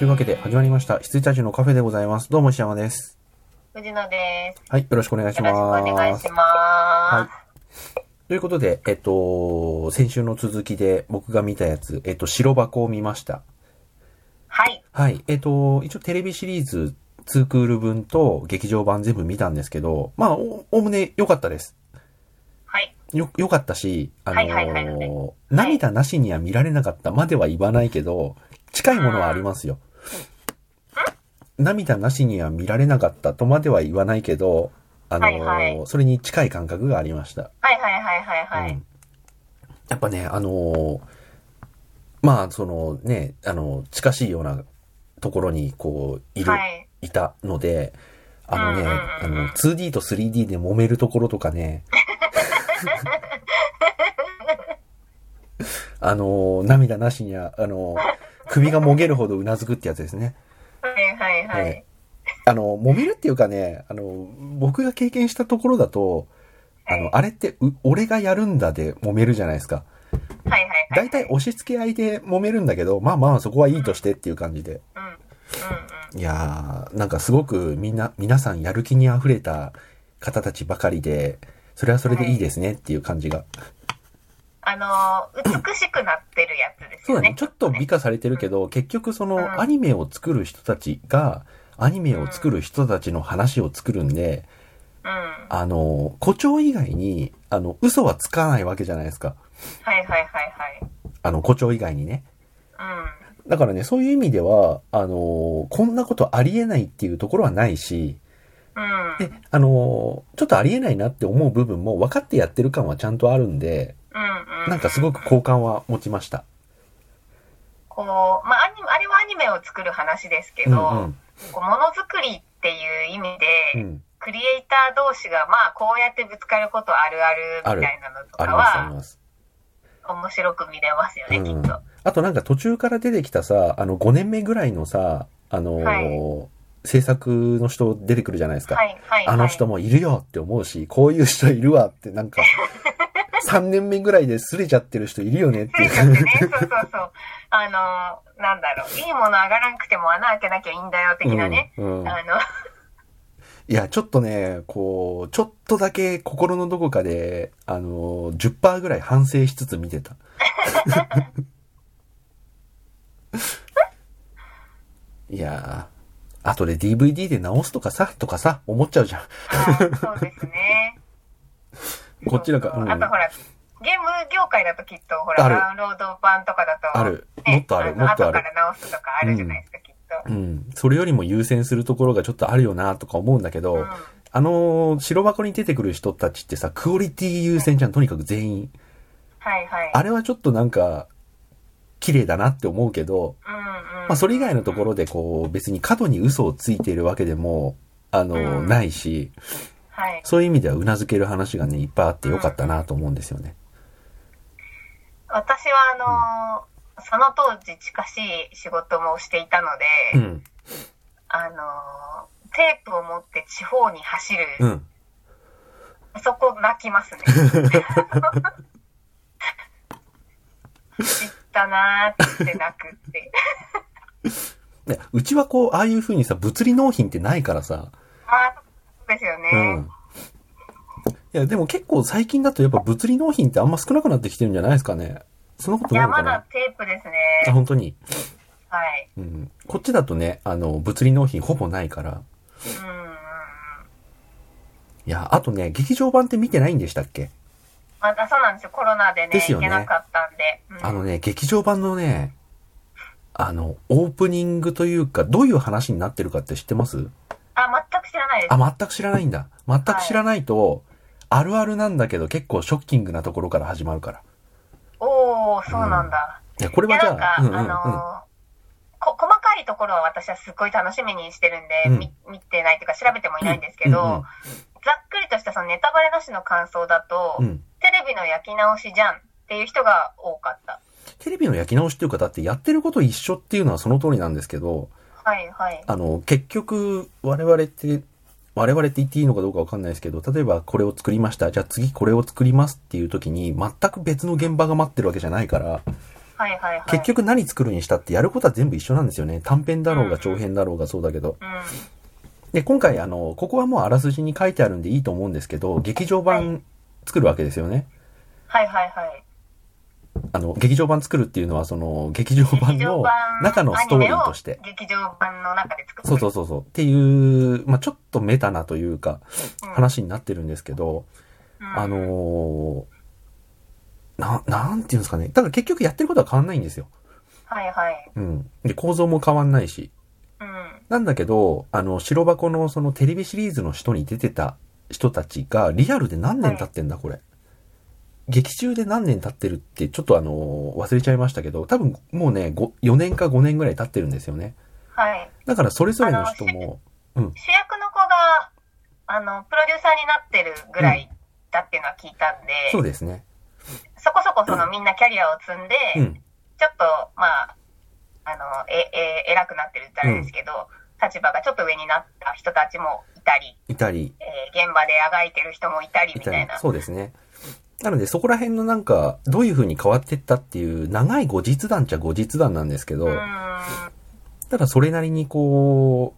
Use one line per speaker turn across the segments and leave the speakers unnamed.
いうわけで始まりました。羊たちのカフェでございます。どうも石山です。
藤野で
はい、よろしくお願いし
す。よ
ま
ろ
す。
しくお願いしま
は
す。
い。ということで、えっと、先週の続きで僕が見たやつ、えっと、白箱を見ました。
はい。
はい。えっ、と、一応テレビシリーズ2クール分と劇場版全部見たんですけど、まあ、おおむね良かったです。
はい。
よ、良かったし、あのー
はいはいはいはい
涙なしには見られなかったまでは言わないけど、近いものはありますよ。涙なしには見られなかったとまでは言わないけど、あのー
はいは
それに近い感覚がありました。
はいはいはいはいは
う
い
ん。やっぱね、あのーまあ、そのね、あの、近しいようなところに、こう、いる、
はい
い、たので、あのね、
うんうん
あの、2D と 3D で揉めるところとか ね、あのー涙なしには、あのー首がもげるほどうなずくってやつですね。
はいはいは
はい
い。
あの、揉めるっていうかね、あの、僕が経験したところだと、あの、あれって、う俺がやるんだで揉めるじゃないですか。
はいはいはい。
大体押し付け合いで揉めるんだけど、まあまあそこはいいとしてっていう感じで。
うん。うんうん。
いやー、なんかすごくみんな、皆さんやる気に溢れた方たちばかりで、それはそれでいいですねっていう感じが。
あのー、美しくなってるやつです
そう
よ
だ
ね
ね。。ちょっと美化されてるけど、結局そ
うん
のアニメを作る人たちが、アニメを作る人たちの話を作るんで、
うん。は
あの、誇張以外に、あの、嘘はつかないわけじゃないですか。
いはいはいはい。
あの、誇張以外にね。
うん。
だからね、そういう意味では、あの、こんなことありえないっていうところはないし、
うん。
で、あのーちょっとありえないなって思う部分も分かってやってる感はちゃんとあるんで、
うんうん。
なんかすごく好感は持ちました。
こう、まあ、アニメ、あれはアニメを作る話ですけ
う
ど、
んうん。
こうものづくりっていう意味
う
で、
ん。
クリエイター同士が、まあ、こうやってぶつかることあるあるみたいなのと
あり
か
ます、あり
は、
ます。
面白く見れますよね、
うん
きっと。
あとなんか途中から出てきたさ、あの5年目ぐらいのさ、あのー
は
制作の人出てくるじゃないですか。
はいはいは
あ
い。
の人もいるよって思うし、こういう人いるわってなん か、3年目ぐらいですれちゃってる人いるよねって
つ
い
いちゃっ
う。
てね、 そうそうそう。あの、なんだろう、いいもの上がらんくても穴開けなきゃいいんだよ、的なね。
うんうん
あの、
いや、ちょっとね、こう、ちょっとだけ心のどこかで、あの、10%ぐらい反省しつつ見てた。 いやー、後で DVD で直すとかさ、とかさ、思っちゃうじゃん。
はいそうですね。
こっちなんか、
そう
う、
そうんあとほ
あ
ら、ゲーム業界だときっと、ほ
あ
ら、
る
ダウンロード版とかだと、
る。
ね
もっとある、
の
もっとあ
後か
る。
ら直すとかあるじゃないですか、きっと。
うん。それよりも優先するところがちょっとあるよな、とか思うんだけど、
うん
あのー、白箱に出てくる人たちってさ、クオリティ優先じゃん、とにかく全員。
はいはい。
あれはちょっとなんか、綺麗だなって思うけど、
うんうん。
まあそれ以外のところでこう、別に過度に嘘をついているわけでも、あの、
うん
ないし、
はい。
そういう意味ではうなずける話がね、いっぱいあってよかったなと思うんですよね。
私は、あの、その当時近しい仕事もしていたので、
うん、
あの、テープを持って地方に走る、
うん。
そこ泣き ますね。知ったなーって泣くって。
でうちはこう、ああいう風にさ、物理納品ってないからさ、
まあ、そうですよね。
うん。いや、でも結構最近だとやっぱ物理納品ってあんま少なくなってきてるんじゃないですかね。そんなこと
い
ない
や、
のか
ま
な
だテープです
あ、
ね。
本当に。
はい。
うん。こっちだとね、あの、物理納品ほぼないから。
うんうんうん。
いや、あとね、劇場版って見てないんでしたっけ、
またそうなんですよ。コロナでね、
ですよ
行
ね
けなかったんで。うん
あのね、劇場版のね、あの、オープニングというか、どういう話になってるかって知ってます
あ、全く知らないです。
あ、全く知らないんだ。全く知らないと、あるあるなんだけど結構ショッキングなところから始まるから。
おー、そうなんだ。
いや、これ
いや、
はじ
なん
ゃ
か、
あ、うんうんう
あ
ん。
のーこ細かいところは私はすっごい楽しみにしてるんで、
うん
み見てないというか調べてもいないんですけど、
うんうん
ざっくりとしたそのネタバレなしの感想だと、
うん。
テレビの焼き直しじゃんっていう人が多かった。
テレビの焼き直しっていうか、だってやってること一緒っていうのはその通りなんですけど、
はいはい。
あの、結局、我々って、我々って言っていいのかどうかわかんないですけど、例えばこれを作りました。じゃあ次これを作りますっていう時に、全く別の現場が待ってるわけじゃないから、
はいはいはい。
結、局何作るにしたってやることは全部一緒なんですよね。短編だろうが長編だろうがそうだけど。
うん。
で、今回あの、ここはもうあらすじに書いてあるんでいいと思うんですけど、劇場版作るわけですよね。
はいはいはい。
あの、劇場版作るっていうのはその、劇場版
劇場
の
版
中のストーリーとして
ア。ニメを劇場版の中で作って。
そうそううそうそう。っていう、まあちょっとメタなというか、
うん
話になってるんですけど、
うん
あのーな、なんていうんですかね。だから結局やってることは変わんないんですよ。
はいはい。
うん。で、構造も変わんないし。
うん。は
なんだけど、あの、白箱のそのテレビシリーズの人に出てた人たちが、リアルで何年経ってんだ、これ。劇中で何年経ってるって、ちょっとあの、忘れちゃいましたけど、多分もうね、ご4年か5年ぐらい経ってるんですよね。
い。
だからそれぞれの人も、
主役の子が、あの、プロデューサーになってるぐらいだっていうのは聞いたんで、
そうですね。
そこそこそのみんなキャリアを積んで、
うん。
ちょっと、まあ、あの、え、え、偉くなってるってあれですけど、立場がちょっと上になった人たちもいたり、
いたり、
えー現場であがいてる人もいたりみ
みた
た
い
い
な。
な。
そうですね。なので、そこら辺のなんか、どういう風に変わってったっていう、長い後日談っちゃ後日談なんですけど、
うーん。
ただそれなりにこ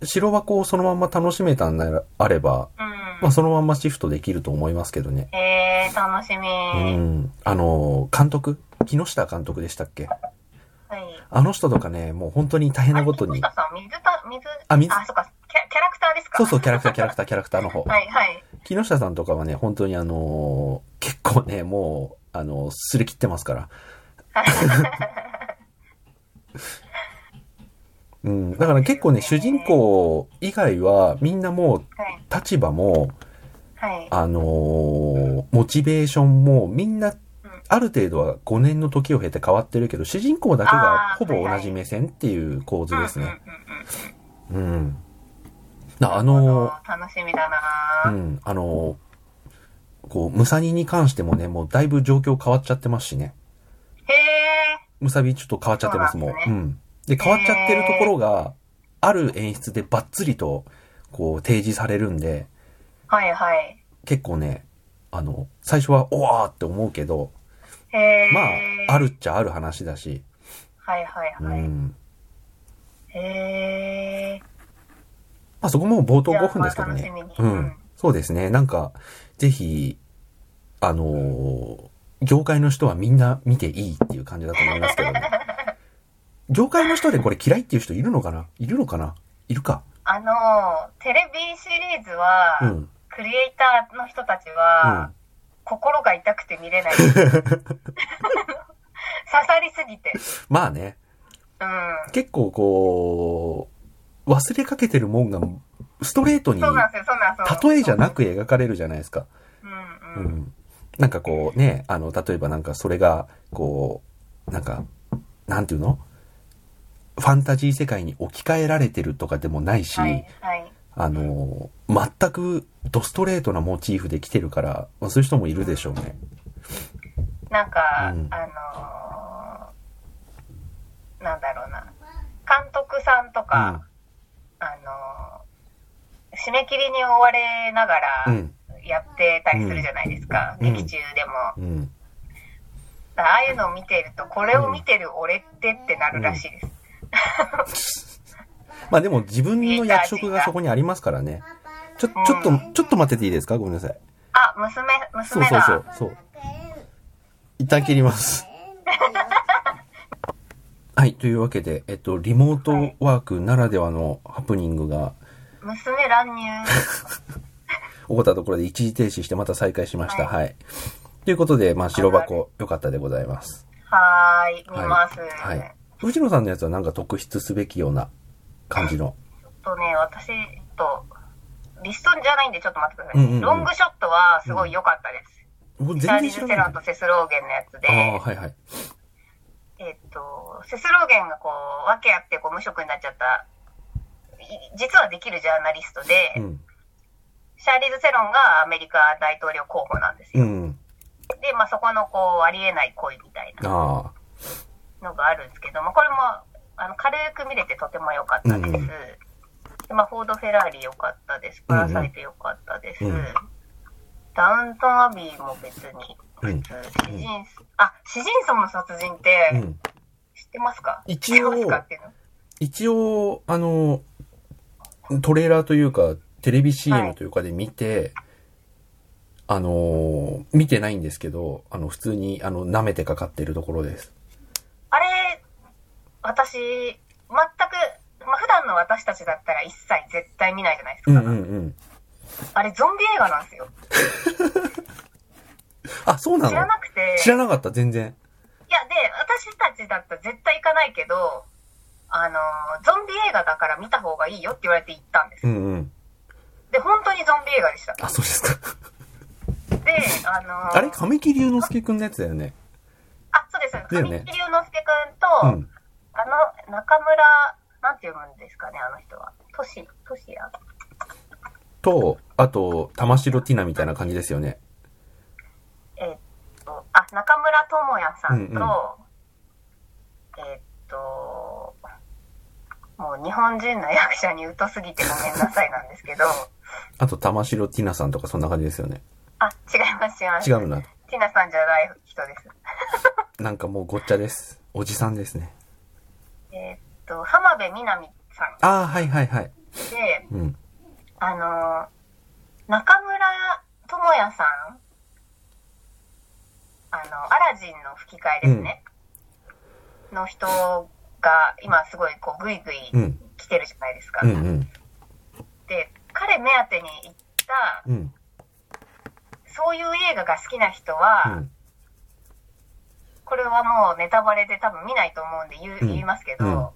う、白箱をそのまんま楽しめたんなら、あれば、
うん。
まあそのまんまシフトできると思いますけどね。
えー、楽しみ。
うん。あの、監督木下監督でしたっけ
はい。
あの人とかね、もう本当に大変なこと
あ木
に。
下さん、水田、水、
あ水
あ、そうか、キャキャラクターですか
そうそう、キャラクター、キャラクター、キャラクターの方。
はい、はい。
木下さんとかはね、本当にあの結構ね、もう、あのすり切ってますから。うん。だから結構ね、主人公以外は、みんなもう、
はい、
立場も、
はい。
あのーモチベーションも、みんな、ある程度は5年の時を経て変わってるけど、主人公だけが
あー
ほぼ同じ目線っていう構図ですね。
うんうんうんう
う
ん。
ん。なあのー
なるほど楽しみだ
う
な、
ん、あのーこう、ムサニに関してもね、もうだいぶ状況変わっちゃってますしね。
へえ、
ムサビちょっと変わっちゃってます、もう。
そうなん
う
で
ん。で、変わっちゃってるところが、ある演出でバッツリと、こう、提示されるんで、
はいはい。
結構ね、あの、最初は、おわーって思うけど、
へえ。
まあ、ある。っちゃある話だし、
はいはいうはい。
ん。
へえ。
まあ、そこも冒頭5分ですけど
じゃ
ね
あまあ楽。し
う
みにうんん。
そうですね。なんか、ぜひ、あのー業界の人はみんな見ていいっていう感じだと思いますけど ね。業界の人でこれ嫌いっていう人いるのかないるのかないるか。
あの、テレビシリーズは、
うん。
クリエイターの人たちは、心が痛くて見 れない。刺さりすぎて。
まあね、
う
結構こう、忘れかけてるもんが、ストレート
ん。
に、
そうなんですよ、そうなんですよ。
例えじゃなく描かれるじゃないですか。
うん
う
うん。
ん。なんかこうね、あの、例えばなんかそれが、こう、なんか、なんていうのファンタジー世界に置き換えられてるとかでもないし、
はいはい。
あの、全くドストレートなモチーフで来てるから、まあそういう人もいるでしょうね。
なんか、
うん
あのーなんだろうな、監督さんとか、あのー締め切りに追われなが
う
ら
ん。
やってたりするじゃないですか、
うん
劇中でも。
うん。
だからああいうのを見てると、これを見てる俺ってってなるらしいです。
まあでも自分の役職がそこにありますからね。ちょ、ちょっと、ちょっと待ってていいですかごめんなさい。
あ、娘、
そう
娘
そう
だ。
そう。 そう。一旦切ります。はい。というわけで、えっと、リモートワークならではのハプニングが
娘乱入。
起こったところで一時停止してまた再開しました。は。
はい
ということで、まあ、白
ある
箱良かったでございます。
はーい、見ます。
はい。藤野さんのやつはなんか特筆すべきような感じの。
とね、私、ちょっと、リストじゃないんでちょっと待ってくださ
うん
い、
うんうん
ロングショットはすごい良かったです。
僕
チャ
全
ーリ
然知
ーズ・
ら
セロン
な
と
い。
セスローゲンのやつ
ああ、
で、
はいはい。
えっと、セスローゲンがこう、訳あってこう無職になっちゃった、い実はできるジャーナリストで、
うん。
シャーリーズ・セロンがアメリカ大統領候補なんです
う
よ。
ん。
で、まあそこのこう、ありえない恋みたいな
ああ。
のがあるんですけども、これも、あの、軽く見れてとても良かったです。
うんうん
でまあ、フォード・フェラーリ良かったです。パラサイト良かったです。
うんうん
ダウントン・アビーも別に普通。詩人、あ、詩人層の殺人っ
う
て、
ん。
知ってますか
一
知って
応
ますかっていうの。
一応、あの、トレーラーというか、テレビ CM というかで見て、あのー、見てないんですけど、あの、普通に、あの、舐めてかかってるところです。
あれ、私、全く、まあ、普段の私たちだったら一切絶対見ないじゃないです
う
か。
んうんうん。
あれ、ゾンビ映画なんですよ。
あ、そうなの
知らなくて。
知らなかった、全然。
いや、で、私たちだったら絶対行かないけど、あのー、ゾンビ映画だから見た方がいいよって言われて行ったんです
う。んうん。
で、本当にゾンビ映画でした。で、
あ、そうですか。
あのー
あれ亀木隆之介くんのやつだよね。
あ、そうです。
よ
神木
ね
隆之介
う
くんと、
ん。
あの、中村、なんて読むんですかね、あの人は。トシ、トシヤ。
と、あと、玉城ティナみたいな感じですよね。
えーっと、あ、中村智也さんと、
うんうん
えーっと、もう日本人の役者に疎すぎてごめんなさいなんです けど、
あと、玉城ティナさんとかそんな感じですよね。
あ、違います、違います。
違うな。
ティナさんじゃない人です。
なんかもうごっちゃです。おじさんですね。
えーっと、浜辺美波さん
ああ、はいはいはい。
で、
うん。
あのー中村智也さん、あの、アラジンの吹き替えですね、の人が今すごいこうグイグイ
うん。
来てるじゃないですか。
うんうん。
で、彼目当てに行った、
うん。
そういう映画が好きな人
う
は、
ん。
これはもうネタバレで多分見ないと思うんで言う、
うん
言いますけ
う
ど、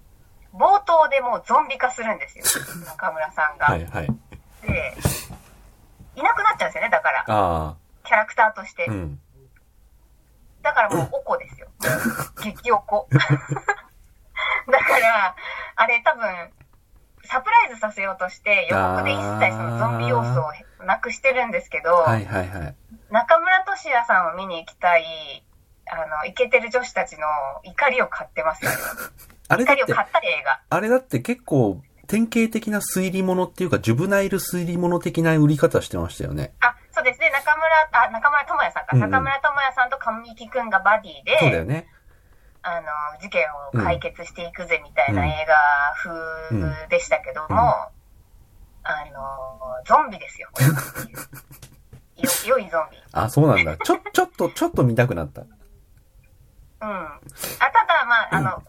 冒頭でもうゾンビ化するんで すよ、中村さんが。
はいはい。
で、いなくなっちゃうんですよね、だから、
あ
キャラクターとして
あ、う。ん。
だからもうおこですよ。激おこ。 だから、あれ多分、サプライズさせようとして、予告で一切そのゾンビ要素をなくしてるんですけど、
はいはいはい。
中村俊也さんを見に行きたい、あの、イケてる女子たちの怒りを買って ますよ、
あれだ
怒
っ
りを
て、
買った映画。
あれだって結構、典型的な推理物っていうか、ジュブナイル推理物的な売り方してましたよね。
あ、そうですね、中村、あ、中村智也さん
う
か。
んうん
中村智也さんと神木くんがバディ
そうだよ
で、
ね。
あの、事件を解決していくぜみたいな映画風でしたけども、
うん
あの、ゾンビです よ。これはよ、良いゾンビ。
あ、そうなんだ。ちょ、ちょっと、ちょっと見たくなった。
うん。あ、ただ、まあ、あの、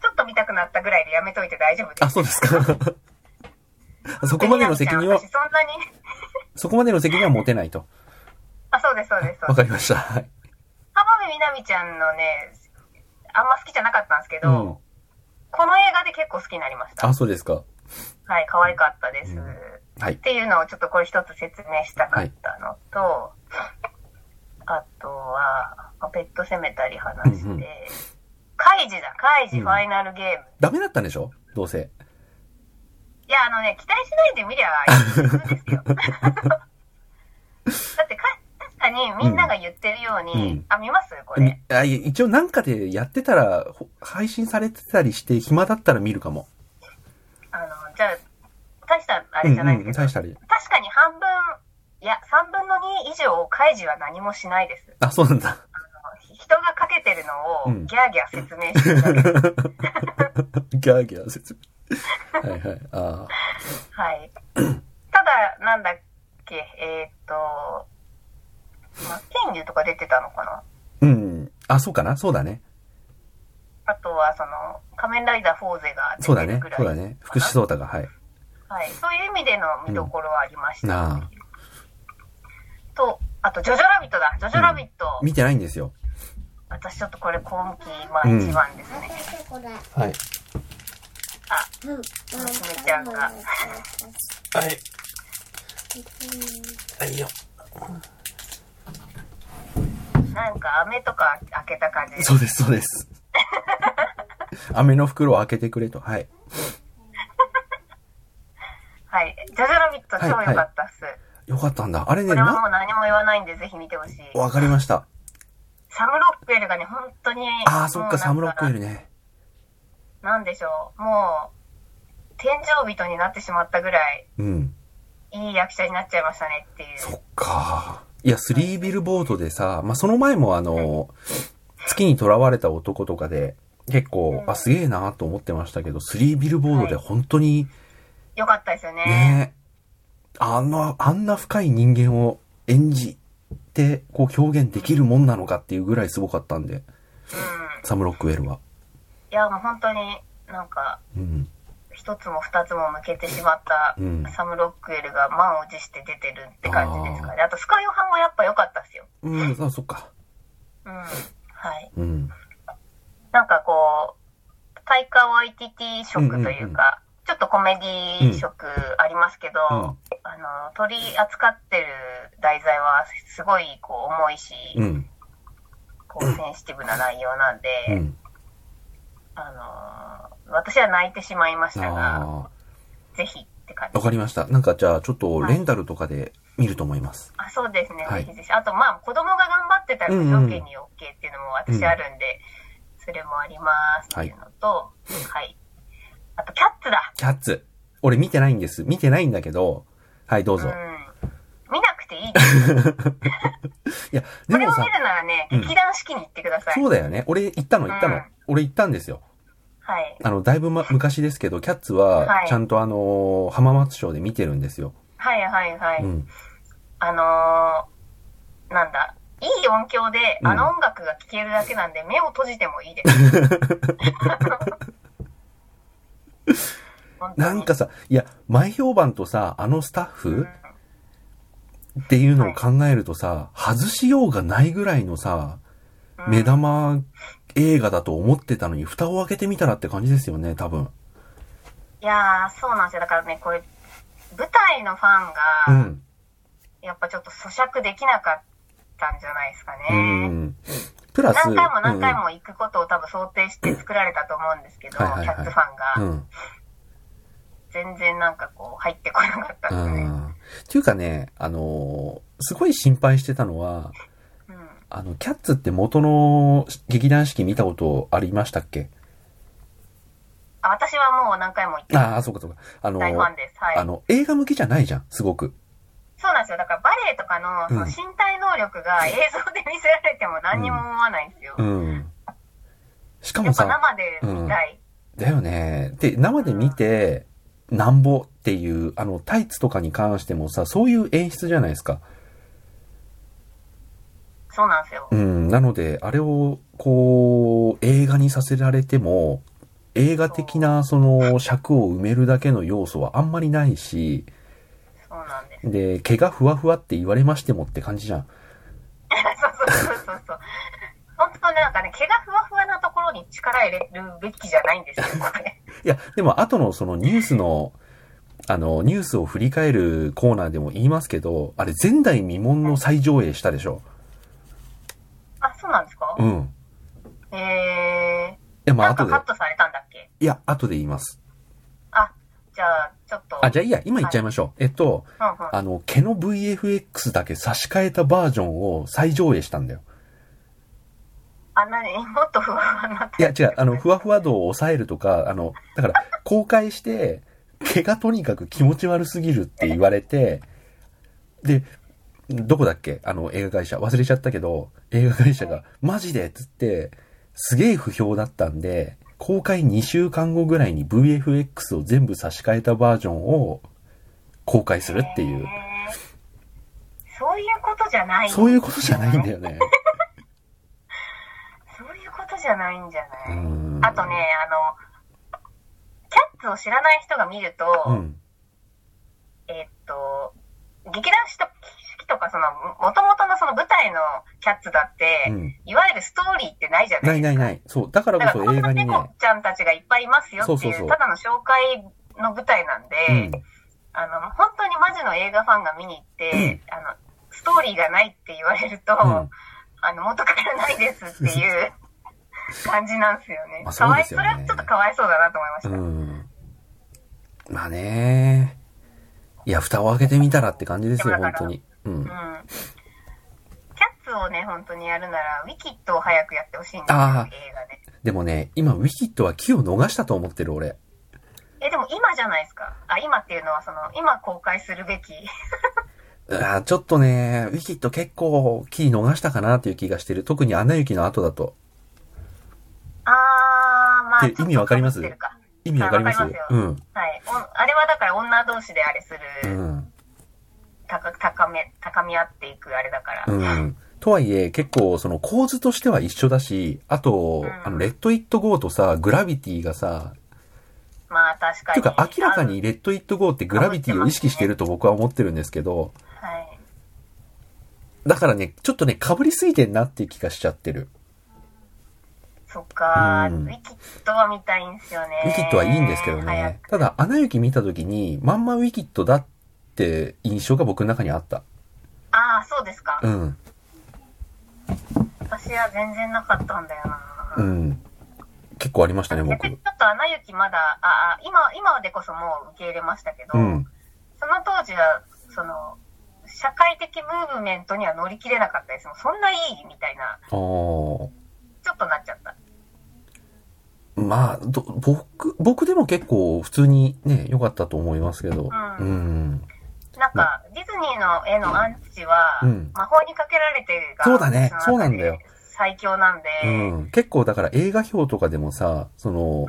ちょっと見たくなったぐらいでやめといて大丈夫です。
あ、そうです か。そこまでの責任は
私、そんなに。
そこまでの責任は持てないと。
あ、そうです、そうです。そ
わ
う
か
です
りました。はい。
浜辺美波ちゃんのね、あんま好きじゃなかったんですけ
う
ど、
ん。
この映画で結構好きになりました。
あ、そうですか。
はい、可愛かったです。
うん
っ
はい。
ていうのをちょっとこれ一つ説明したかったのと、あとは、まあペットセメタリー話して、
うんうん
カイジだ、カイジ
うん
ファイナルゲーム。
ダメだったんでしょどうせ。
いや、あのね、期待しないで見りゃ普通です よ。だってか、確かにみんなが言ってるように、
うん
あ、見ますこ
み
れ。
あい一応なんかでやってたら、ほ配信されてたりして、暇だったら見るかも。
あの、じゃあ、大したあ
う
れ
ん
じゃな
う
いで
ん、
すけど、
大したり。
確かに半分、いや、3分の2以上、開示は何もしないです。
あ、そうなんだ。
人がかけてるの
うん
をギャーギャー説明してるだけ、
ギャーギャー説明。はいはい。あ
はい。ただ、なんだっけ、えーっと、ま、天竜とか出てたのかな
ーうん。あ、そうかなそうだね。
あとは、その、仮面ライダーフォーゼが
そうだ
出てる
ね
ぐら。い。
そうだね。福士蒼太が、はい。
はい。そういう意味での見どころはありました、
なあ。
と、あと、ジョジョラビットだ。ジョジョラビット。
見てないんですよ。
私ちょっとこれ今季、まあ一番ですね。
これ。
はい。
うん。
娘ちゃんが
はい。はいよ。
なんか飴とか開けた感じ。
そうです、そうです。飴の袋を開けてくれと。はい。
はい。ジョジョラビット超良かったっす。
よかったんだ。あれね、
これは
な、
もう何も言わないんで、ぜひ見てほしい。
わかりました。
サム・ロックウェルがね、本当に。
ああ、そっか、サムロックウェ
ル。
ルね。
なんでしょう。もう、天井人になってしまったぐらい、
うん。
いい役者になっちゃいましたねっていう。
そっか。いや、スリービルボードでさ、まあ、その前もあの、月に囚われた男とかで、結構、あ、すげえなと思ってましたけど、スリービルボードで本当に、
よかったですよね。
ね、あの、あんな深い人間を演じて、こう表現できるもんなのかっていうぐらいすごかったんで、
うん。
サム・ロックウェルは。
いや、もう本当になんか、
うん。
一つも二つも抜けてしまった
うん
サム・ロックウェルが満を持して出てるって感じですかね。あと、スカイオハンはやっぱ良かったですよ。
うん、あ、そっか。
うん。はい。
うん。
なんかこう、タイカワイティティ色というか、ちょっとコメディ色ありますけど、
うん
あの、取り扱ってる題材はすごいこう重いし、
うん。
こうセンシティブな内容なんで、
うん。
あのー私は泣いてしまいましたが、
あ
ぜひって感
あ。
じ
わ。かりました。なんかじゃあ、ちょっとレンタルとかで見ると思います。
あそうですね、
はい
ぜひぜひ。あと、まあ、子供が頑張ってたら無条件に OK っていうのも私あるんで、それもありますっていうのと、はい。あと、キャッツだ
キャッツ。俺見てないんです。見てないんだけど、はい、どう
う
ぞ。
ん。見なくてい いです。
いや、
こ
で
れを
も
見
さ、
るならね、
うん
劇団四季に行ってください。
そうだよね。俺行ったの行ったの。
うん
俺行ったんですよ。
はい。
あの、だいぶ、ま、昔ですけど、キャッツは
は、い
ちゃんとあのー浜松町で見てるんですよ。
はいはいはい。
うん。
あのー、なんだ。いい音響で、
うん
あの音楽が聴けるだけなんで、目を閉じてもいいです。 本当に
なんかさ、いや、前評判とさ、あのスタッ
うん
フっていうのを考えるとさ、外しようがないぐらいのさ、
うん
目玉映画だと思ってたのに、蓋を開けてみたらって感じですよね、多分。
いやー、そうなんですよ。だからね、これ、舞台のファン
う
が、
ん。
やっぱちょっと咀嚼できなかったんじゃないですかね。
うん。プラス、
何回も何回も行くことを多分想定して作られたと思うんですけど、
はいはいはい
キャッツファンが。
うん。うん。
全然なんかこう入ってこなかったですね。
うんっていうかね、あのーすごい心配してたのは、
うん。
あの、キャッツって元の劇団四季見たことありましたっけ
あ私はもう何回も行って
ああ、そうかそうか。あの、
大ファンです。はい
あ。の、映画向きじゃないじゃん、すごく。
そうなんですよ。だからバレエとかのその
うん
身体能力が映像で見せられても何にも思わないんですよ。
うん。しか
や
も
っぱ
さ、
生で見たい。
だよね。で、生で見て、なんぼっていう、あの、タイツとかに関してもさ、そういう演出じゃないですか。
そうなんですよ。
うん。なので、あれを、こう、映画にさせられても、映画的な、その、尺を埋めるだけの要素はあんまりないし、
そうなんです。
で、毛がふわふわって言われましてもって感じじゃん。
そうそうそうそうそう。本当ね、なんかね、毛がふわふわなところに力入れるべきじゃないんですよ、これ。
いや、でも後のそのニュースの、あの、ニュースを振り返るコーナーでも言いますけど、あれ前代未聞の再上映したでしょ。
あ、そうなんですか
うん。い
え
や、
ー、
まあ
なんか
後で
カ、ットされたんだっけ
いや、後で言います。
あ、じゃあ、ちょっと。
あ、じゃあいいや、今言っちゃいましょう。えっと、
うんうん。
あの、毛の VFX だけ差し替えたバージョンを再上映したんだよ。
あんなに もっとふわふわになって
いや、違う、あの、ふわふわ度を抑えるとか、あの、だから、公開して、毛がとにかく気持ち悪すぎるって言われて、で、どこだっけあの、映画会社、忘れちゃったけど、映画会社が、マジでっつって、すげえ不評だったんで、公開2週間後ぐらいに VFX を全部差し替えたバージョンを公開するっていう、
へーそういうことじゃない
そういうことじゃないんだ
よ
よね。
そういうことじゃないんじゃ
う
ない、
ん
あとね、あのキャッツを知らない人が見ると、
うん。
えーっと劇団四季とかそのもともとのその舞台のキャッツだって、
うん。
いわゆるストーリーってないじゃな
ないい
で
な
す
い
か
ない。そう。だから
だか
こ
ら
そ
こ
映
ん
画
な
にね、
猫ちゃんたちがいっぱいいますよっていう
そうそうそう
ただの紹介の舞台なんで、
うん。
あの本当にマジの映画ファンが見に行って、あのストーリーがないって言われると、
うん
あの、元からないですっていう感じなんですよね。
まあ
かわい
そ
そ
です
う
よね
それはちょっとかわいそうだなと思いまし
う
た。
ん。まあね。いや、蓋を開けてみたらって感じですよ、
でも
本
だか
当
ら
に。うん。
うん。キャッツをね、本当にやるなら、ウィキッドを早くやってほしいんですよ、映
あ
画
あ
で。
でもね、今、ウィキッドは木を逃したと思ってる、俺。
え、でも今じゃないですか。あ、今っていうのは、その、今公開するべき。
あーちょっとね、ウィキッド結構キー逃したかなという気がしてる。特にアナ雪の後だと。
あー、まあ。
で意味わかります
ちょっと被ってるか
意味わかります
あわかります
うん。
よはい。おあれはだから女同士であれす
う
る、
ん。
高高め、高み合っていくあれだから。
うん。とはいえ、結構その構図としては一緒だし、あと、
うん
あの、レッド・イット・ゴーとさ、グラビティがさ、
まあ確か
て
に。
いうか明らかにレッド・イット・ゴーってグラビティを意識してると僕は思ってるんですけど、
あ。はい。
だからね、ちょっとね、被りすぎてんなっていう気がしちゃってる。
そっか、
うん
ウィキッドは見たいんですよね。
ウィキッドはいいんですけど
早
ね
く。
ただ、アナ雪見た時に、まんまウィキッドだって印象が僕の中にあった。
ああ、そうですか
う。ん。
私は全然なかったんだよな。
うん。結構ありましたね、
逆に
僕
ち。ょっと穴雪まだ、ああ、今、今でこそもう受け入れましたけど、
うん。
その当時は、その、社会的ムーブメントには乗り切れなかったです。もうそんないいみたいな、
ああ。
ちょっとなっちゃった。
まあ、ど僕、僕でも結構普通にね、良かったと思いますけど。
う
うん。
なんか、ディズニーの絵のアンチは、
うん
魔法にかけられてるが、
そうだね
私の中で
そうなんだよ
最強なんで、
うん。結構だから映画表とかでもさ、その
う、ん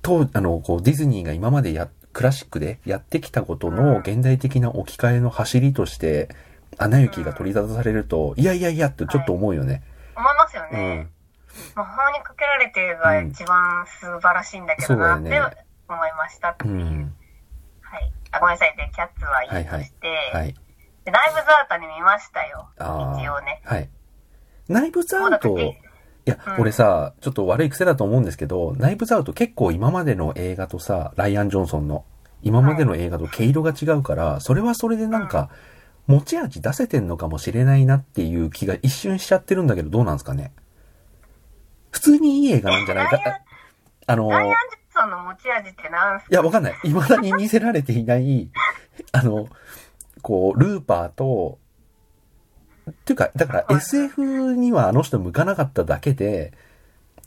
と、あの、こう、ディズニーが今までや、クラシックでやってきたこと
うん
の現代的な置き換えの走りとして、アナ雪が取り沙汰されると、いやいやいやってちょっと思うよね。
思いますよ
う
ね
ん。。
魔法にかけられてるが一番素晴らしいんだけどなっ
うん
て
そうだよね
思いましたって
う
いう。
ん。
はい。あ、ごめんなさい。で、キャッツはいいとして、
はい。
でライブザータに見ましたよ。
ああ。
一応ね。
はい。内部ザ
もうだ
ウ
って
ト、いや、
うん
俺さ、ちょっと悪い癖だと思うんですけど、内部ザウト結構今までの映画とさ、ライアン・ジョンソンの、今までの映画と毛色が違うから、それはそれでなんか、持ち味出せてんのかもしれないなっていう気が一瞬しちゃってるんだけど、どうなんですかね。普通にいい映画なんじゃないか
えライアン。
あの、
ライアン・ジョンソンの持ち味ってなんす
いや、わかんない。未だに見せられていない、あの、こう、ルーパーと、っていうか、だから
はい
SF にはあの人向かなかっただけで、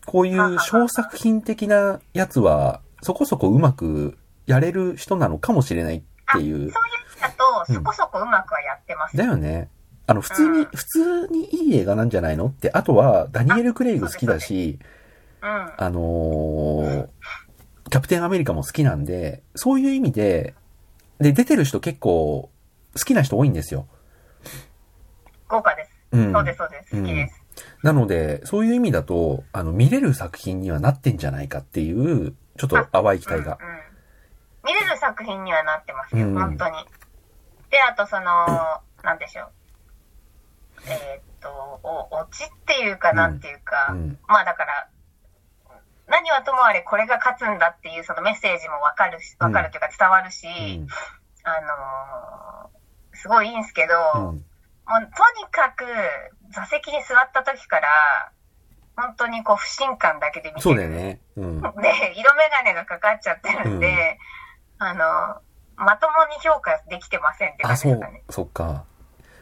こういう小作品的なやつは、そこそこうまくやれる人なのかもしれないってい
そういう
う。
意味だ
う
と、
ん
そこそこうまくはやってます。
だよね。あの、普通
うん
に、普通にいい映画なんじゃないのって、あとは、ダニエル・クレイグ好きだし、
うん。
あのーキャプテンアメリカも好きなんで、そういう意味で、で、出てる人結構好きな人多いんですよ。
豪華です。
うん。
そうです、そうです。好きです。
なので、そういう意味だと、あの、見れる作品にはなってんじゃないかっていう、ちょっと淡い期待が。
うんうん見れる作品にはなってますよ、
うん
本当に。で、あとその、なんでしょう。えーっと、お、落ちっていうかなんていうか、
うん。
まあだから、何はともあれこれが勝つんだっていうそのメッセージもわかるし、わかるというか伝わるし、
うん。
あのーすごいいいんですけど、
う。
もうんとにかく座席に座った時から、本当にこう不信感だけで見てる。
そうだよね。うん。
で、色眼鏡がかかっちゃってるんで、あの、まともに評価できてませんって感
あ、
じ
そ
です
う
かね。、
そっか。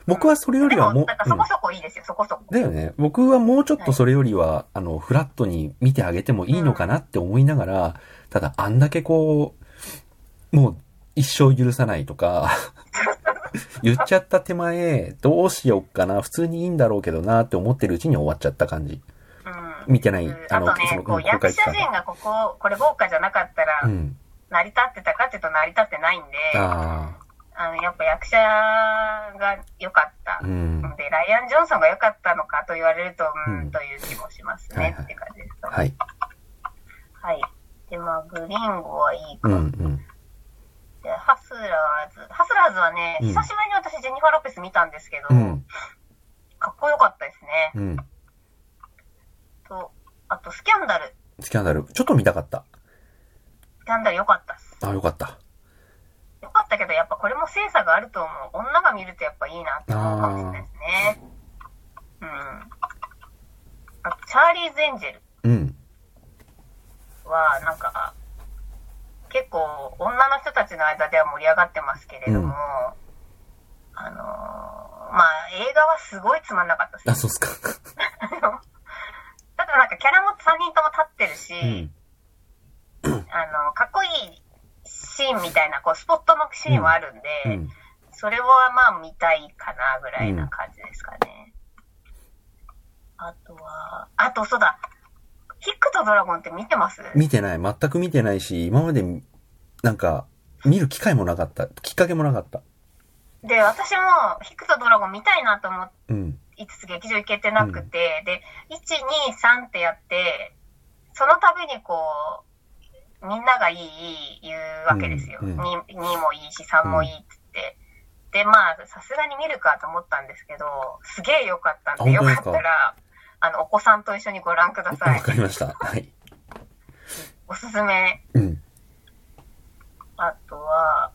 僕はそれよりは
で
もう
も、なんか、
う
そ
ん
こそこいいですよ、そこそこ。
だよね。僕はもうちょっとそれよりは、あの、フラットに見てあげてもいいのかなって思いながら、ただ、あんだけこう、もう一生許さないとか、 言っちゃった手前、どうしよっかな、普通にいいんだろうけどなって思ってるうちに終わっちゃった感じ。
うん。
見てない、
あと
そ
ね
の、
こう、役者陣がここ、これ豪華じゃなかったら
う、ん。
成り立ってたかっていうと成り立ってないんで、
あ
あの、やっぱ役者が良かった
あ、う。ん。
ので、ライアン・ジョンソンが良かったのかと言われると、うー、
うんん
という気もします
はい
ね、
はい
って感じです。
はい。
はい。で、まあ、グリンゴはいいか
うん、うん。
で、ハスラーズ。ハスラーズはね、
うん
久しぶりに私、ジェニファー・ロペス見たんですけど、
うん、
かっこよかったですね。
うん。
と、あと、スキャンダル。
スキャンダル、ちょっと見たかった。
スキャンダル良かったっす。
あ、よかった。
良かったけど、やっぱこれも精査があると思う。女が見るとやっぱいいなって思うかもしれないですね。うん。あと、チャーリーズ・エンジェル
うん。
は、なんか、結構、女の人たちの間では盛り上がってますけれども、
うん
あのーまあ、映画はすごいつまんなかったですね
あ、。そうっすか。
だからなんかキャラも3人とも立ってるし、
うん。
あの、かっこいいシーンみたいな、こう、スポットのシーンはあるんで、
うん。
それはまあ見たいかなぐらいな感じですかね。あとは、あとそうだ、ヒックとドラゴンって見てます
見てない。全く見てないし、今まで、なんか、見る機会もなかった。きっかけもなかった。
で、私もヒックとドラゴン見たいなと思って
うん。
いつつ劇場行けてなくて、で、1、2、3ってやって、その度にこう、みんながいい、いい言うわけですよ。
うんうん
2, もいいし、3もいいっつって。で、まあ、さすがに見るかと思ったんですけど、すげえ良かったんで、
あ
よ
本当
か
です
っ
か
たら、あの、お子さんと一緒にご覧くださ
わ
い。
かりました。はい。
おすすめ。
うん。
あとは、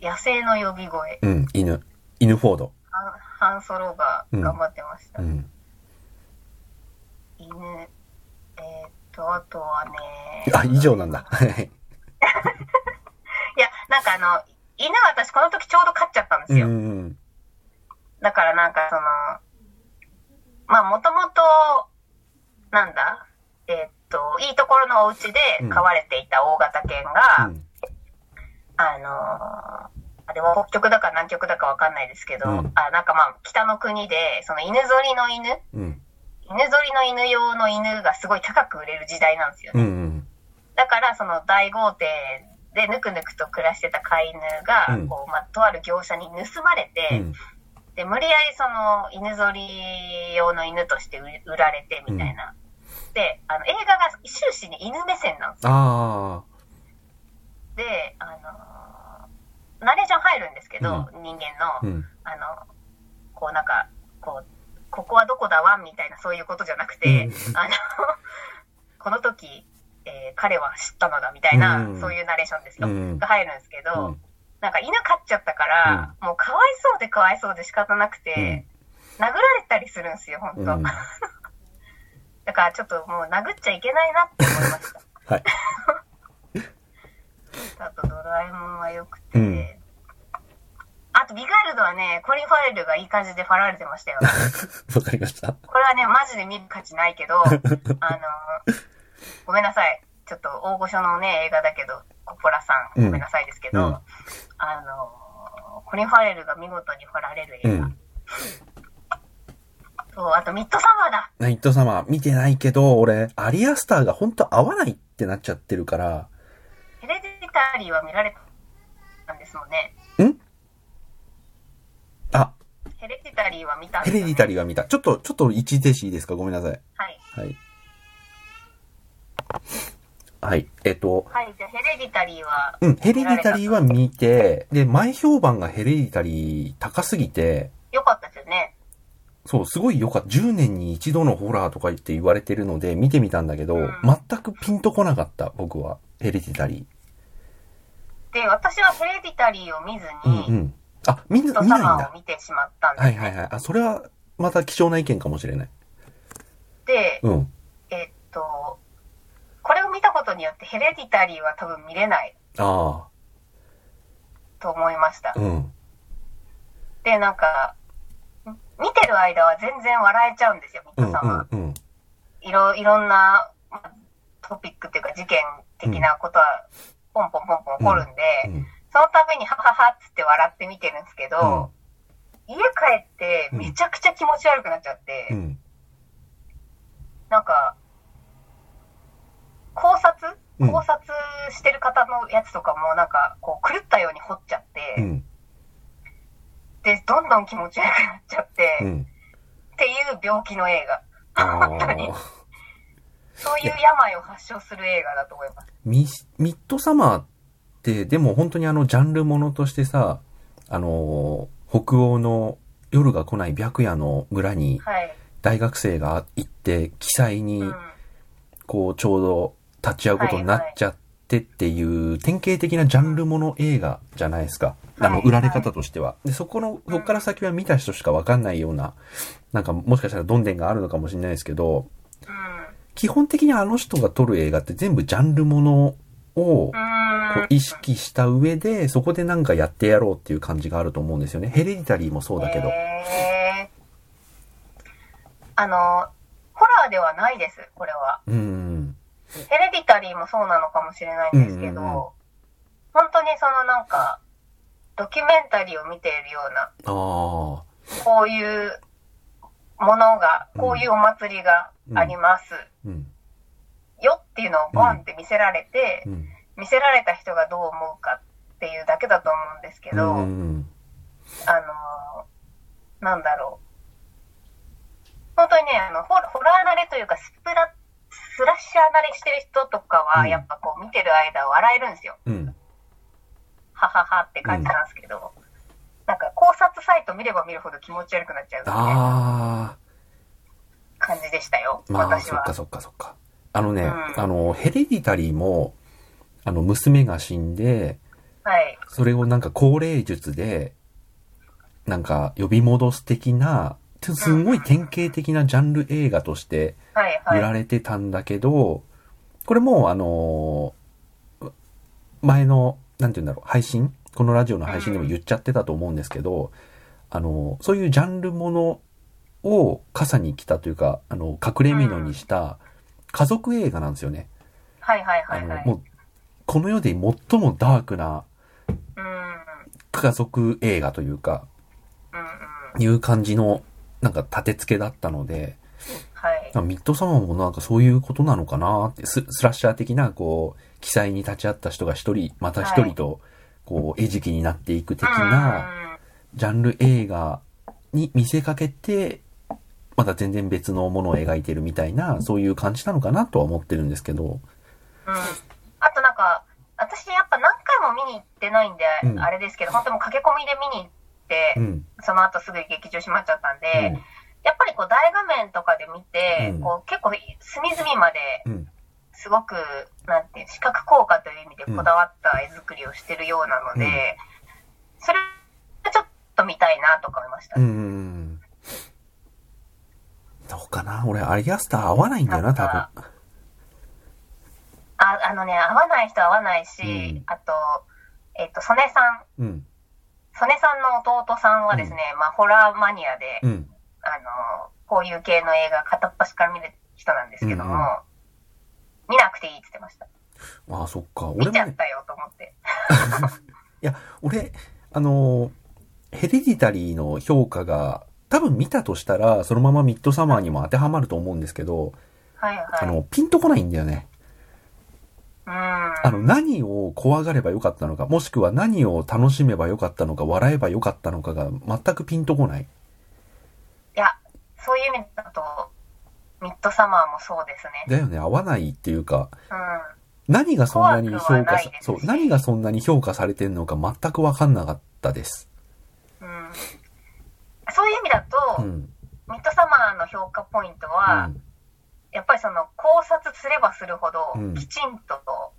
野生の呼び声。
うん。犬。犬フォード。
ハンハンソロが頑張ってました。
うん。
犬、えーっと、あとはね。
あ、以上なんだ。はい。
いや、なんかあの、犬は私この時ちょうど飼っちゃったんで
う
すよ。
ん。
だからなんかその、まあもともと、なんだ、えーっと、いいところのお家で飼われていた大型犬
う
が、
ん。
あのーあれは北極だか南極だかわかんないですけど、
うん
あなんかまあ北の国で、その犬ぞりの犬、
うん。
犬ぞりの犬用の犬がすごい高く売れる時代なんですよね
うん。うん。
だから、その大豪邸でぬくぬくと暮らしてた飼い犬が、
うん
こう、まあ、とある業者に盗まれ
う
て、
ん。
で、無理やりその犬ぞり用の犬として売売られて、みたいな。で、あの、映画が終始に犬目線なんですよ。
あ
で、あのーナレーション入るんですけど、人間の、
あ。うん。
あの、こうなんか、こう、ここはどこだわんみたいなそういうことじゃなくて、あの、この時、えー彼は知ったのだみたいな、
うん
そういうナレーションです
う
よ。
ん。
が入るんですけど、
うん
なんか犬飼っちゃったから、もうかわいそうでかわいそうで仕方なくて、殴られたりするんですよ、本
う
当、
ん
だからちょっともう殴っちゃいけないなって思いま した。
はい。
あとドラえもんはよくて、
うん
あとビガールドはね、コリン・ファレルがいい感じでファられてましたよ。
わかりました。
これはね、マジで見る価値ない けど、あのごめんなさい。ちょっと大御所のね、映画だけど、コポラさ、
うんん
ごめんなさいですけど、
うん
あのコリン・ファレルが見事に掘られる
う
映画。
ん。
そう、あとミッドサマーだ
ナイト様、見てないけど、俺、アリアスターが本当合わないってなっちゃってるから、
ヘレディタリーは見られたんですもんね。
あ、
ヘレディタリーは見たん
ヘ
です
レ
よ、
デ
ね
ィ。タリーは見た。ちょっと、ちょっと一時停止いいですかごめんなさい。
はい。
はい。はい。えっと、
はい、じゃあヘレディタリーは。
うん、ヘレディタリーは見て、で、前評判がヘレディタリー高すぎて、
良かったですよね。
そう、すごい良かった。10年に一度のホラーとか言って言われてるので、見てみたんだけど、
うん
全くピンとこなかった、僕は。ヘレディタリ
で、私はヘレディタリーを見ず
ー。うんう
に、
ん。あ、みん
ミッ
な、
ド
見な
サ
いん
マーを
だ。
見てしまったんです、
はいはいはい。あ、それは、また貴重な意見かもしれない。
で、
うん。
えっと、これを見たことによってヘレディタリーは多分見れない
あ
と思いました
あ、。うん。
で、なんか、見てる間は全然笑えちゃうんですよ、
う
ミッ
ん
ドサマ
うんうん。
ー。いろ、いろんなまあトピックっていうか事件的なことは、ポンポンポンポン起こるんで、
うん
そのためにハハハっつって笑って見てるんですけど、家帰ってめちゃくちゃ気持ち悪くなっちゃって、
うん。
なんか、考察
うん
考察してる方のやつとかもなんか、こう、狂ったように掘っちゃって、
うん。
で、どんどん気持ち悪くなっちゃって、
う
っ
ん。
ていう病気の映画。
ああ
本当に。そういう病を発症する映画だと思います。
ミシミッドサマーって、でも本当にあの、ジャンルものとしてさ、あのー北欧の夜が来ない白夜の村に
はい。
大学生が行って、記載に
うん。
こう、ちょうど立ち会うことになっちゃってっていう、典型的なジャンルもの映画じゃないですか。あの、
はい
売られ方としては。で、そこの、そこから先は見た人しかわかんないような、なんかもしかしたらどんでんがあるのかもしれないですけど、基本的にあの人が撮る映画って全部ジャンルものを、こ
うん。
う
うーん。
意識した上で、そこでなんかやってやろうっていう感じがあると思うんですよね。ヘレディタリーもそうだけど。
へーあの、ホラーではないです、これは。
うん。
ヘレディタリーもそうなのかもしれないんですけど、
うんうんうん
本当にそのなんか、ドキュメンタリーを見ているような、
ああ。
こういうものが、こういうお祭りがあります
うん。
よっていうのをボンって見せられて、
うん。
見せられた人がどう思うかっていうだけだと思うんですけ
う
ど、
んうん。
あのーなんだろう。本当にね、あの、ホラホラー慣れというか、スプラ、スラッシャー慣れしてる人とか
う
は、
ん
やっぱこう、見てる間笑えるんですよ。
うん。
はははって感じなんですけど、なんか考察サイト見れば見るほど気持ち悪くなっちゃうみたい
あ
な感じでしたよ、
あ。まあ、
私
そっ
は
か。そっかそっか。あのね、
うん
あの、ヘレディタリーも、あの、娘が死んで、
はい。
それをなんか高齢術で、なんか呼び戻す的な、てすんごい典型的なジャンル映画として
はい、は
売
い。
られてたんだけど、これもうあのー前の、なんて言うんだろう、配信このラジオの配信でも言っちゃってたと思うんですけど、あのーそういうジャンルものを傘に来たというか、あの、隠れ蓑にした家族映画なんですよね。
はい、はい、は
あ
い、
の
は、い。
もう、この世で最もダークな
うん、うん、
家族映画というか、
うん。
いう感じの、なんか立て付けだったので、
はい。
なんかミッドサマーもなんかそういうことなのかなって、ススラッシャー的な、こう、記載に立ち会った人が一人、また一人と、こう、餌食になっていく的な、ジャンル映画に見せかけて、また全然別のものを描いてるみたいな、そういう感じなのかなとは思ってるんですけど、
うん、うん。あとなんか、私やっぱ何回も見に行ってないんで、
うん
あれですけど、本当もう駆け込みで見に行って、
うん、
その後すぐ劇場閉まっちゃったんで、
うん、
やっぱりこう大画面とかで見て、
うん
こう結構隅々まで
うん、
すごく、なんていう、視覚効果という意味でこだわった絵作りをしてるようなので、
うん
それはちょっと見たいなとか思いました。
うんうん。どうかな俺、アリアスター合わないんだよな、多分。
ああのね、合わない人は合わないし、
うん
あと、えっ、と、曽根さん、
うん、
曽根さんの弟さんはですね、まあ、ホラーマニアで、
うん、
あの、こういう系の映画片っ端から見る人なんですけども、
うんうん
見なくていいって言ってました。
ああ、そっか。俺
見
も
ちゃっ
ね、
たよと思って。
いや、俺、あのー、ヘレディタリーの評価が、多分見たとしたら、そのままミッドサマーにも当てはまると思うんですけど、
はいはい。
あの、ピンとこないんだよね。
うん。
あの、何を怖がればよかったのか、もしくは何を楽しめばよかったのか、笑えばよかったのかが全くピンとこない。
いや、そういう意味だと、ミッドサマーもそうですね。
だよね、合わないっていうか、
うん。
何がそんなに評
怖く
価
はない
さ
で、す
そう、何がそんなに評価されてんのか全くわかんなかったです。
うん。そういう意味だと、
うん。
ミッドサマーの評価ポイントは、やっぱりその考察すればするほど
うん、
きちんと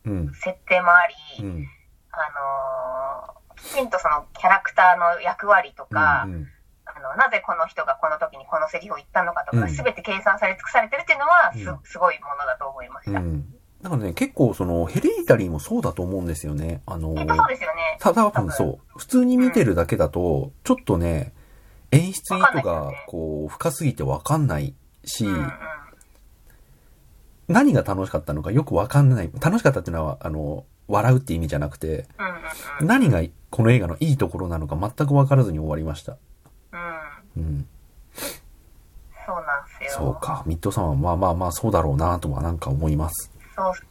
うん。うん。
設定もあ
う
り、
ん。
あのーきちんとそのキャラクターの役割とか、
うん。
あの、なぜこの人がこの時にこのセリフを言ったのかと
う
か、
ん
すべて計算され尽くされてるっていうのは、
うん
す、すごいものだと思いまし
う
た。
ん。だからね、結構その、ヘレディタリーもそうだと思うんですよね。あの
きっとそうですよね。
ただ多分そう。普通に見てるだけだと、ちょっとね、演出意
わかん
図
ないです
が
よね、
こう、深すぎてわかんないし
う、んうん。
何が楽しかったのかよくわかんない。楽しかったっていうのは、あの、笑うって意味じゃなくて、
うんうんうん。
何がこの映画のいいところなのか全くわからずに終わりました。
う
う
ん。
ん。
そうなんですよ。
そうか。ミッドサマー、まあまあまあ、そうだろうなとはなんか思います。
そうっす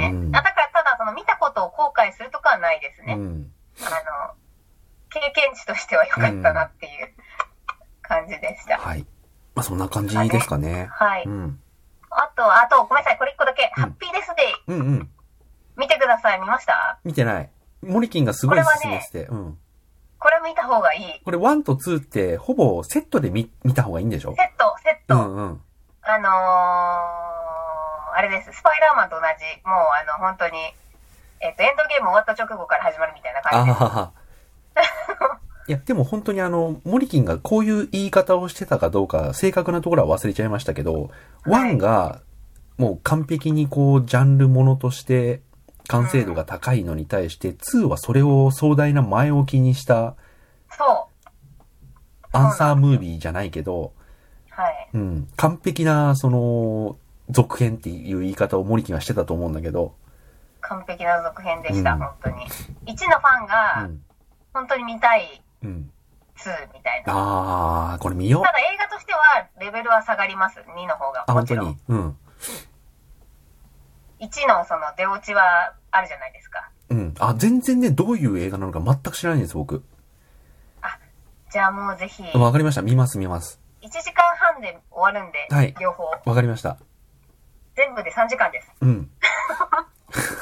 ね。
うん
あだから、ただ、その、見たことを後悔するとかはないです
う
ね。
ん。
あの、経験値としては良かったなっていう感じでした。
はい。まあそんな感じですかね。
はい。
うん。
あと、あと、ごめんなさい、これ一個だけ、
うん
ハッピーデスデイ、
うんうん。
見てください、見ました
見てない。モリキンがすごい進めてて。うん。
これ見た方がいい。
これ1と2ってほぼセットで見見た方がいいんでしょ
セット、セッ
う
ト。
んうん。
あのー、あれです、スパイダーマンと同じ、もう、あの、本当に、えっと、エンドゲーム終わった直後から始まるみたいな
あ
感
は
じです。
は。いや、でも本当にあの、モリキンがこういう言い方をしてたかどうか、正確なところは忘れちゃいましたけど、
は
1
い
がもう完璧にこう、ジャンルものとして完成度が高いのに対して、2はそれを壮大な前置きにした
そう。
アンサームービーじゃないけど、
はい。
うん、完璧なその、続編っていう言い方をモリキンはしてたと思うんだけど、
完璧な続編でした、
うん
本当に。1のファンが、
うん
本当に見たい
うん。
2みたいな。
あー、これ見よう
た。だ映画としてはレベルは下がります、2の方が。
あ、
も
本
ち
当
ろん
に。うん。
1のその出落ちはあるじゃないですか。
うん。あ、全然ね、どういう映画なのか全く知らないんです、僕。
じゃあもうぜひ、1
わかりました。見ます、見ます。
時間半で終わるんで、
はい
両方。
わかりました。
全部で3時間です。
うん。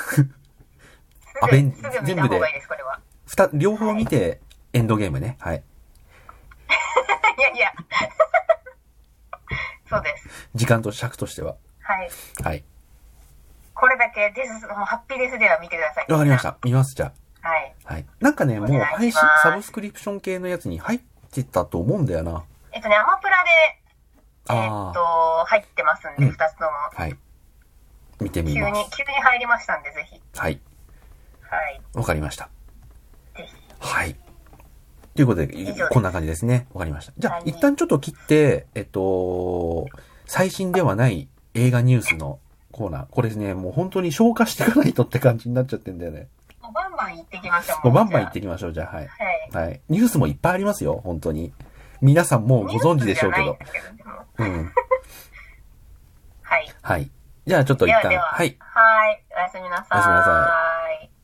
す
あ
ぐ、
べん
すぐ見た方がいいです、これは。
ふた、両方見て、エンドゲームね。はい。
いやいや。そうです。
時間と尺としては。
はい。
はい。
これだけ、です。もうハッピーデスでは見てください。
わかりました。見ます、じゃ
た。はい。
あ。はい。なんかね、
お
も
願いうします
配信、サブスクリプション系のやつに入ってたと思うんだよな。
えっとね、アマプラで、え
あ
っ
ー。
と、入ってますんで、
うん
2つとも。
はい。見て
急
み
に、急
ま
に
す。
入りましたんで、ぜひ。
はい。
はい。
わかりました。
ぜひ。
はい。ということで、
以上です
こんな感じですね。わかりました。じゃあ
は、い
一旦ちょっと切って、えっと、最新ではない映画ニュースのコーナー。これね、もう本当に消化していかないとって感じになっちゃってんだよね。
もうバンバン行ってきましょう。
もうバンバン行って
き
いきましょう。じゃあ、はい。
はい。
はい。ニュースもいっぱいありますよ。本当に。皆さんもうご存知でしょうけ
ニュ
ど
ー。スじゃないんですけどでも
うん。
はい。
はい。じゃあ、ちょっと一
では
旦。
では、
はい。
はい。おやすみなさ
おやすみな
ーい。